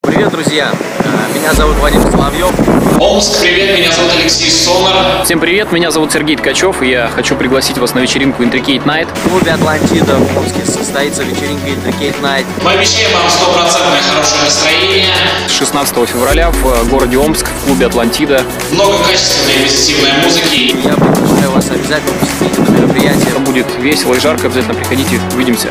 Привет, друзья! Э, Меня зовут Вадим Соловьев. Омск, привет, меня зовут Алексей Солар. Всем привет, меня зовут Сергей Ткачев, и я хочу пригласить вас на вечеринку Intricate Night. В клубе «Атлантида» в Омске состоится вечеринка «Интрикейт Найт». Мы обещаем вам стопроцентное хорошее настроение, 16 февраля в э, городе Омск в клубе «Атлантида». много качественной инвестиционной музыки. Я приглашаю вас обязательно посетить это мероприятие. Будет весело и жарко, обязательно приходите, увидимся.